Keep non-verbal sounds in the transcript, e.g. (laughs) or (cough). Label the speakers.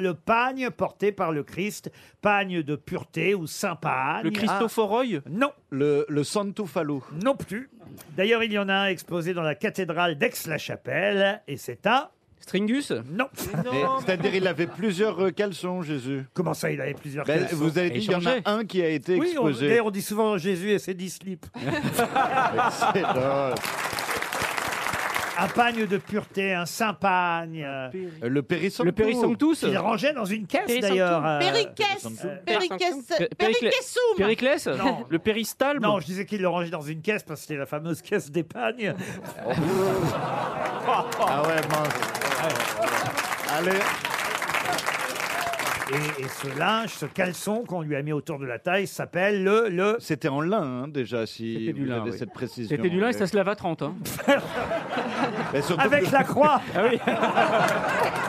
Speaker 1: le pagne porté par le Christ, pagne de pureté ou saint pagne. Ah,
Speaker 2: Le Christophoroi
Speaker 1: Non.
Speaker 2: Le, le Santofalo
Speaker 1: Non plus. D'ailleurs, il y en a un exposé dans la cathédrale d'Aix-la-Chapelle, et c'est un...
Speaker 2: Stringus
Speaker 1: Non.
Speaker 3: Mais, C'est-à-dire, il avait plusieurs euh, caleçons, Jésus.
Speaker 1: Comment ça, il avait plusieurs
Speaker 3: Ben,
Speaker 1: caleçons
Speaker 3: Vous avez dit, il y en a
Speaker 2: Échangé.
Speaker 3: un qui a été
Speaker 1: Oui, on,
Speaker 3: exposé.
Speaker 1: d'ailleurs, on dit souvent Jésus et ses dix slips.
Speaker 3: (laughs) C'est drôle.
Speaker 1: Un pagne de pureté, un saint pagne, euh,
Speaker 3: le périsson.
Speaker 2: Le Périsanctus
Speaker 1: qu'il rangeait dans une caisse
Speaker 4: Périssontum.
Speaker 1: d'ailleurs. euh,
Speaker 5: Péricès,
Speaker 2: Pé-
Speaker 5: Péricès,
Speaker 2: Péricle-
Speaker 5: Péricessum.
Speaker 2: Périclès
Speaker 1: Non.
Speaker 2: Le Péristalbe
Speaker 1: Non, je disais qu'il le rangeait dans une caisse parce que c'était la fameuse caisse des pagnes.
Speaker 3: Oh. Ah ouais, mince. Allez,
Speaker 1: Et, et ce linge, ce caleçon qu'on lui a mis autour de la taille s'appelle le, le...
Speaker 3: c'était en lin hein, déjà, si
Speaker 2: C'était du
Speaker 3: vous
Speaker 2: lin,
Speaker 3: avez
Speaker 2: oui.
Speaker 3: cette précision.
Speaker 2: C'était du lin et ça se lave à 30. hein.
Speaker 3: Mais surtout
Speaker 1: Avec
Speaker 3: que-
Speaker 1: la croix
Speaker 2: Ah oui